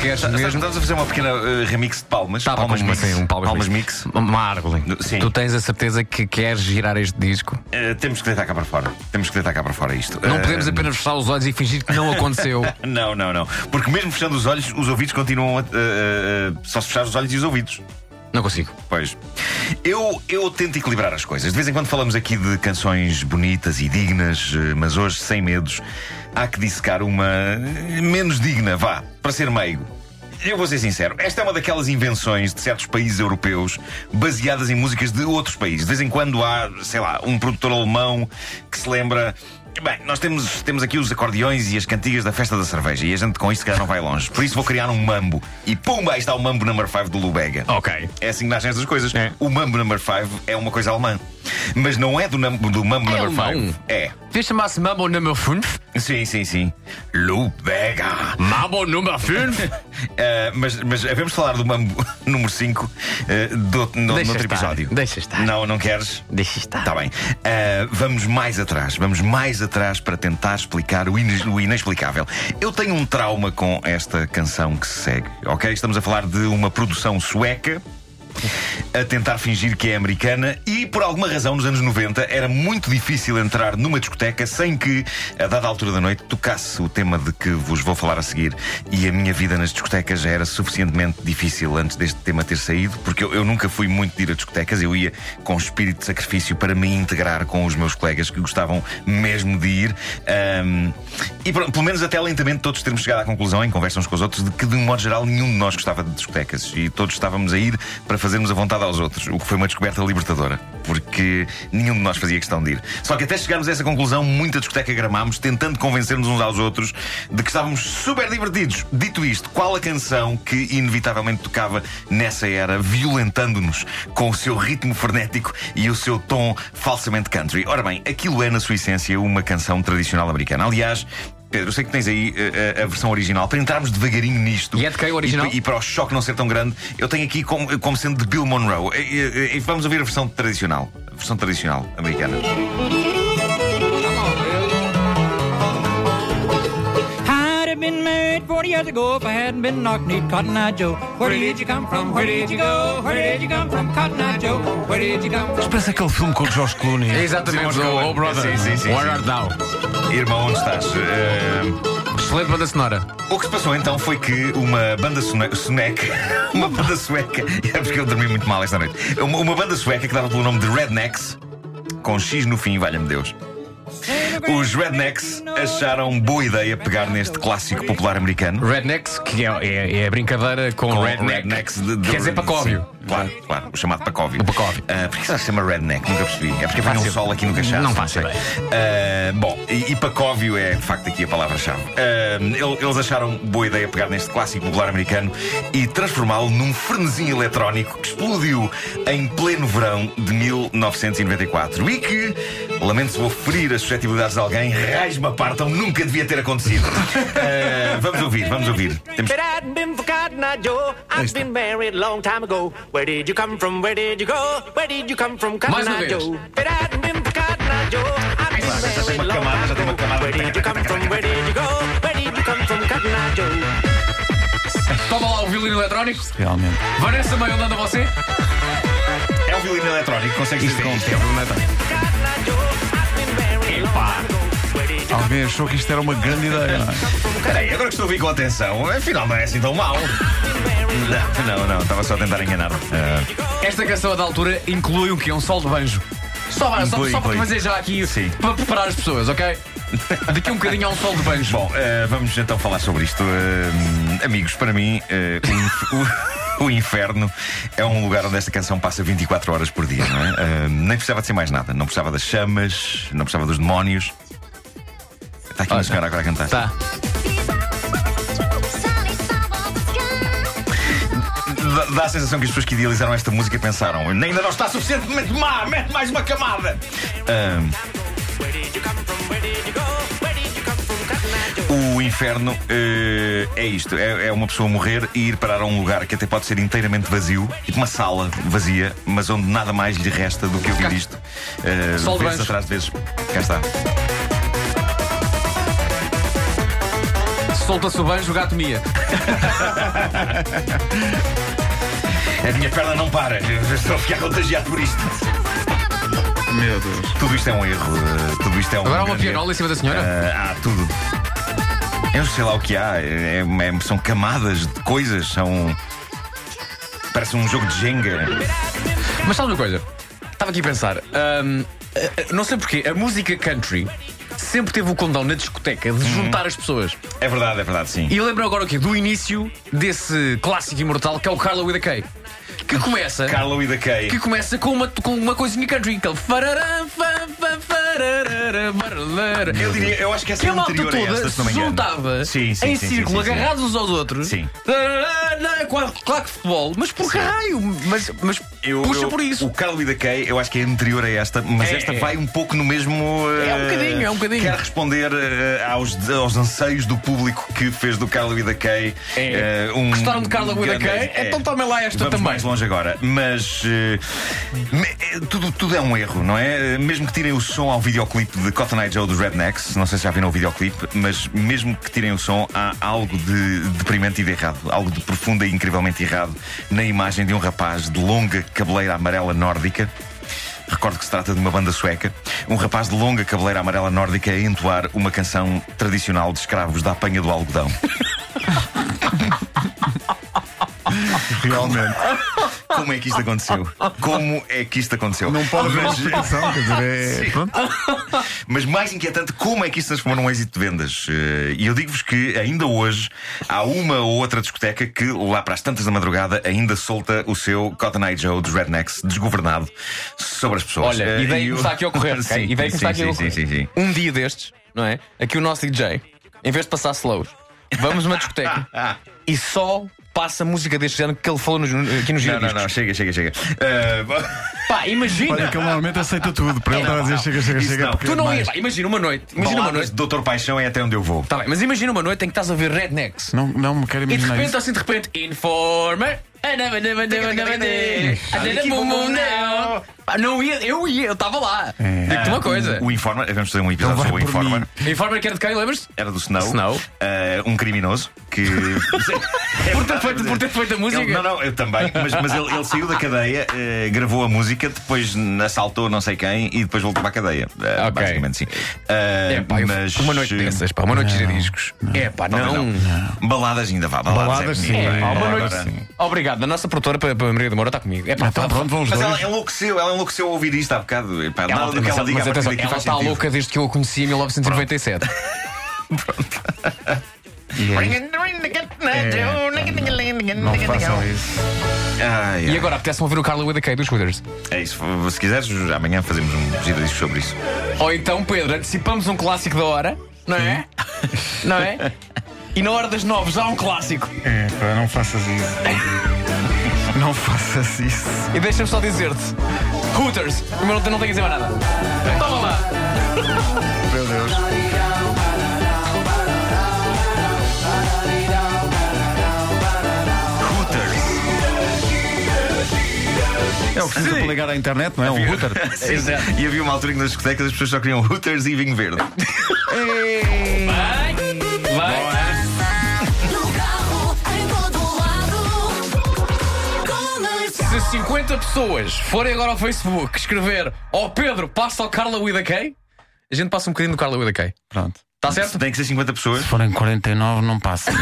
Está- está- mesmo. Estamos a fazer uma pequena eh, remix de palmas. Tá, palmas como mix. assim, um palmas, mix. Marvel, Sim. tu tens a certeza que queres girar este disco? Eh, temos que deitar cá para fora. Temos que deitar cá para fora isto. Não Eh, podemos apenas fechar os olhos e fingir que não aconteceu. Não, não, não. Porque mesmo fechando os olhos, os ouvidos continuam a. eh, eh, só se fechar os olhos e os ouvidos. não consigo. Pois. Eu, eu tento equilibrar as coisas. De vez em quando falamos aqui de canções bonitas e dignas, eh, mas hoje, sem medos, há que dissecar uma eh, menos digna, vá, para ser meigo. Eu vou ser sincero, esta é uma daquelas invenções de certos países europeus baseadas em músicas de outros países. De vez em quando há, sei lá, um produtor alemão que se lembra. Bem, nós temos, temos aqui os acordeões e as cantigas da festa da cerveja e a gente com isto se calhar não vai longe. Por isso vou criar um mambo. E pumba, aí está o mambo number 5 do Lubega. Ok. É assim que nascem essas coisas. É. O Mambo Number 5 é uma coisa alemã. Mas não é do, nam- do Mambo É Number alemão? 5. É. Devia chamar-se Mambo número 5. Sim, sim, sim. Lubega. Mambo número 5. Eh, mas, mas vamos falar do Mambo número 5 do, no, Deixa noutro estar, episódio. deixa estar. Não, não queres? Deixa estar. Está bem. Ah, vamos mais atrás, vamos mais atrás para tentar explicar o, ines- o inexplicável. Eu tenho um trauma com esta canção que se segue, ok? Estamos a falar de uma produção sueca. A tentar fingir que é americana, e por alguma razão nos anos 90 era muito difícil entrar numa discoteca sem que, a dada altura da noite, tocasse o tema de que vos vou falar a seguir. E a minha vida nas discotecas já era suficientemente difícil antes deste tema ter saído, porque eu, eu nunca fui muito de ir a discotecas, eu ia com espírito de sacrifício para me integrar com os meus colegas que gostavam mesmo de ir. Ahm, e pronto, pelo menos até lentamente todos termos chegado à conclusão, em conversa uns com os outros, de que de um modo geral nenhum de nós gostava de discotecas e todos estávamos a ir para fazermos a vontade aos outros, o que foi uma descoberta libertadora, porque nenhum de nós fazia questão de ir. Só que até chegarmos a essa conclusão, muita discoteca gramámos, tentando convencermos uns aos outros de que estávamos super divertidos. Dito isto, qual a canção que inevitavelmente tocava nessa era, violentando-nos com o seu ritmo frenético e o seu tom falsamente country? Ora bem, aquilo é, na sua essência, uma canção tradicional americana. Aliás, Pedro, eu sei que tens aí eh, a, a versão original. Para entrarmos devagarinho nisto. E é de quem o original? E, e para o choque não ser tão grande, eu tenho aqui como, como sendo de Bill Monroe. E, e- e vamos ouvir a versão tradicional. A versão tradicional americana. I'd have been married 40 years ago if I hadn't been knock kneed Cotton Eye Joe. Where did you come from? Where did you go? Where did you come from, Cotton Eye Joe? Where did you come from? Parece aquele filme com o Josh Clooney. Exatamente, Sim, oh, Oscar, oh brother. sim, sim, sim, Where sim. art thou? Irmão, onde estás? Eh, Excelente banda sonora. o que se passou então foi que uma banda sune- suneca. Uma banda sueca. É porque eu dormi muito mal esta noite. Uma, uma banda sueca que dava pelo nome de Rednecks, com X no fim, valha-me Deus. Os Rednecks acharam boa ideia pegar neste clássico popular americano. Rednecks, que é, é, é a brincadeira com, Com redneck. rednecks de, de- Quer dizer, Pacóvio. Sim, Claro, claro, o chamado Pacóvio. O Pacóvio. Ah, por que se chama redneck? Nunca percebi. É porque apanha um Fácil. sol aqui no cachaço. Não faço sei. Ah, bom, e, e Pacóvio é de facto aqui a palavra-chave. Ah, el- eles acharam boa ideia pegar neste clássico popular americano e transformá-lo num frenesim eletrónico que explodiu em pleno verão de 1994 e que, lamento se vou ferir as suscetibilidades de alguém, raios-me a partam, nunca devia ter acontecido. Ah, vamos ouvir, vamos ouvir. Temos But I'd been forgotten, I Joe. I've been married a long time ago. Where did you come from? Where did you go? Where did you come from, Mais Cotton uma Eye vez. Joe? But I'd been forgotten, I Joe. I've been Claro, já tem married uma a long camada, já time tem uma ago. camada. Where did you come from? Where did you go? Where did you come from, Cotton Eye Joe? Toma lá o violino eletrónico. Realmente. Vanessa, meio onde anda você? É um violino eletrónico, consegues dizer com é o violino eletrónico. Cotton Eye Joe. I've been married a long time ago. Where did you Alguém achou que isto era uma grande ideia. não é? Peraí, agora que estou a ouvir com atenção, afinal não é assim tão mau. Não, não, não, estava só a tentar enganar. Ah, Esta canção é da altura inclui o quê? Um sol de banjo. Só, vai, só, Inclui, só para inclui. fazer já aqui, Sim. para preparar as pessoas, ok? Daqui um bocadinho há um sol de banjo. bom, ah, vamos então falar sobre isto. Ah, amigos, para mim, ah, o inf- o, o inferno é um lugar onde esta canção passa 24 horas por dia, não é? Ah, nem precisava de ser mais nada. Não precisava das chamas, não precisava dos demónios. Está aqui uma Olha. senhora agora a cantar. Tá. Dá, dá a sensação que as pessoas que idealizaram esta música pensaram ainda não está suficientemente má, mete mais uma camada. Ah, Where did you come from? Where did you go? Where did you come from, Cotton Eye Joe? O inferno eh, é isto: é, é uma pessoa morrer e ir parar a um lugar que até pode ser inteiramente vazio, tipo uma sala vazia, mas onde nada mais lhe resta do que ouvir isto. eh, Sol de vezes banjo. atrás de vezes. Cá está. Solta-se o banjo, o gato mia. A minha perna não para. Eu Estou a ficar contagiado por isto. Meu Deus. Tudo isto é um erro. eh, Tudo isto é um Agora há uma grande pianola erro. em cima da senhora. Ah, há tudo. Eu sei lá o que há. É- é- são camadas de coisas. São. Parece um jogo de Jenga. É. Mas sabe uma coisa? Estava aqui a pensar. hum, a- a- não sei porquê, a música country sempre teve o condão na discoteca Uhum. de juntar as pessoas. É verdade, é verdade, sim. E lembro agora o quê? Do início desse clássico imortal que é o Carla with a K. Que começa. Carlo e da Kay. que começa com uma, com uma coisinha country. Aquele. farará, fa, fa, farará, barará. Eu diria, eu acho que essa Que a malta anterior toda é esta, se não me se engano. juntava Sim, sim, em sim, sim, círculo, sim, sim. agarrados uns aos outros. Sim. Ah, não, é claro, claro que futebol, mas por caralho, mas, mas Eu- puxa eu- por isso. O Carlo e da Kay, eu acho que é anterior a esta, mas É, esta é. vai um pouco no mesmo. É um eh, bocadinho, é um bocadinho. Quer responder eh, aos, aos anseios do público que fez do Carlo e da Kay. É. eh, um Gostaram de Carla with a grande- K? é. Então tomem lá esta Vamos também. mais longe agora, mas eh, me- eh, tudo, tudo é um erro, não é? Eh, Mesmo que tirem o som ao videoclipe de Cotton Eye Joe dos Rednecks, não sei se já viram o videoclipe, mas mesmo que tirem o som, há algo de deprimente e de errado, algo de profundo e incrivelmente errado na imagem de um rapaz de longa cabeleira amarela nórdica. Recordo que se trata de uma banda sueca. Um rapaz de longa cabeleira amarela nórdica a entoar uma canção tradicional de escravos da apanha do algodão. Realmente. Como é que isto aconteceu? Como é que isto aconteceu? Não pode haver Mas- explicação, quer dizer, é. Sim. Pronto. mas mais inquietante, como é que isso transformou num êxito de vendas? Eh, E eu digo-vos que ainda hoje há uma ou outra discoteca que, lá para as tantas da madrugada, ainda solta o seu Cotton Eye Joe dos Rednecks desgovernado sobre as pessoas. Olha, Eh, e daí eu- começar aqui a ocorrer, ok? Sim, E daí sim, começar aqui sim, a sim, ocorrer. sim, sim. Um dia destes, não é? Aqui o nosso DJ, em vez de passar slows, vamos numa discoteca e só passa música deste género que ele falou nos- aqui nos Não, não, giradiscos. não, chega, chega, chega. Eh, Pá, Olha imagina! que ele normalmente aceita tudo. Para ele estar a dizer chega, chega, Isso chega. não. porque Tu não mais- ias lá, imagina uma noite. Imagina uma Baladas noite. de Doutor Paixão é até onde eu vou. Tá bem, mas imagina uma noite em que estás a ver rednecks. Não, não me quero E de imaginar repente, isso. assim, de repente, Informer. Pá, Não ia, eu ia, eu estava lá. Digo-te uma coisa. Ah, O Informer, vamos fazer um episódio Então vai sobre É. o por Informer. mim. Informer que era de quem, lembras-te? Era do Snow. Snow. Eh, um criminoso que. É Por ter feito- por ter feito a música? Ele- um- não, não, eu também. Mas, mas ele, ele saiu da cadeia, eh, gravou a música, depois assaltou não sei quem e depois voltou para a cadeia. Eh, Ok. Basicamente, sim. Eh, É pá, eu- mas. uma noite eh, dessas, pá, uma noite de discos. É pá, talvez não. Baladas ainda vá, baladas, Baladas, é bonito, sim. não É, pá, uma Agora- noite. Obrigado, a nossa produtora, para para a Maria de Moura, está comigo. É pá, Então tá- pronto, vão os Mas dois. ela enlouqueceu, ela enlouqueceu ao ouvir isto há bocado. Epá, Ela, nada do que mas ela ela- diga mas a partir atenção, daqui ela faz está sentido. louca desde que eu a conheci em 1997. é Não façam isso. Ai, E ai. agora apetece-me ouvir o Carla with a K dos Hooters. É isso. Se quiseres, amanhã fazemos um giro disso sobre isso. Ou então, Pedro, antecipamos um clássico da hora, não é? não é? E na hora das nove já há um clássico. É, pá, não faças isso. Não faças isso. E deixa-me só dizer-te: Hooters, o meu não tem- não tem que dizer mais nada. Toma lá! Meu Deus. Hooters. É o que se usa para ligar à internet, não é? Um router. E havia uma altura em que nas discotecas as pessoas só queriam Hooters e vinho verde. Vai! Vai! No carro, em todo lado. Comercial. Se 50 pessoas forem agora ao Facebook escrever: Ó Pedro, passa ao Carla with a K, a gente passa um bocadinho do Carla with a K. Pronto. Está Tá certo? Tem que ser 50 pessoas. Forem 49, não passa.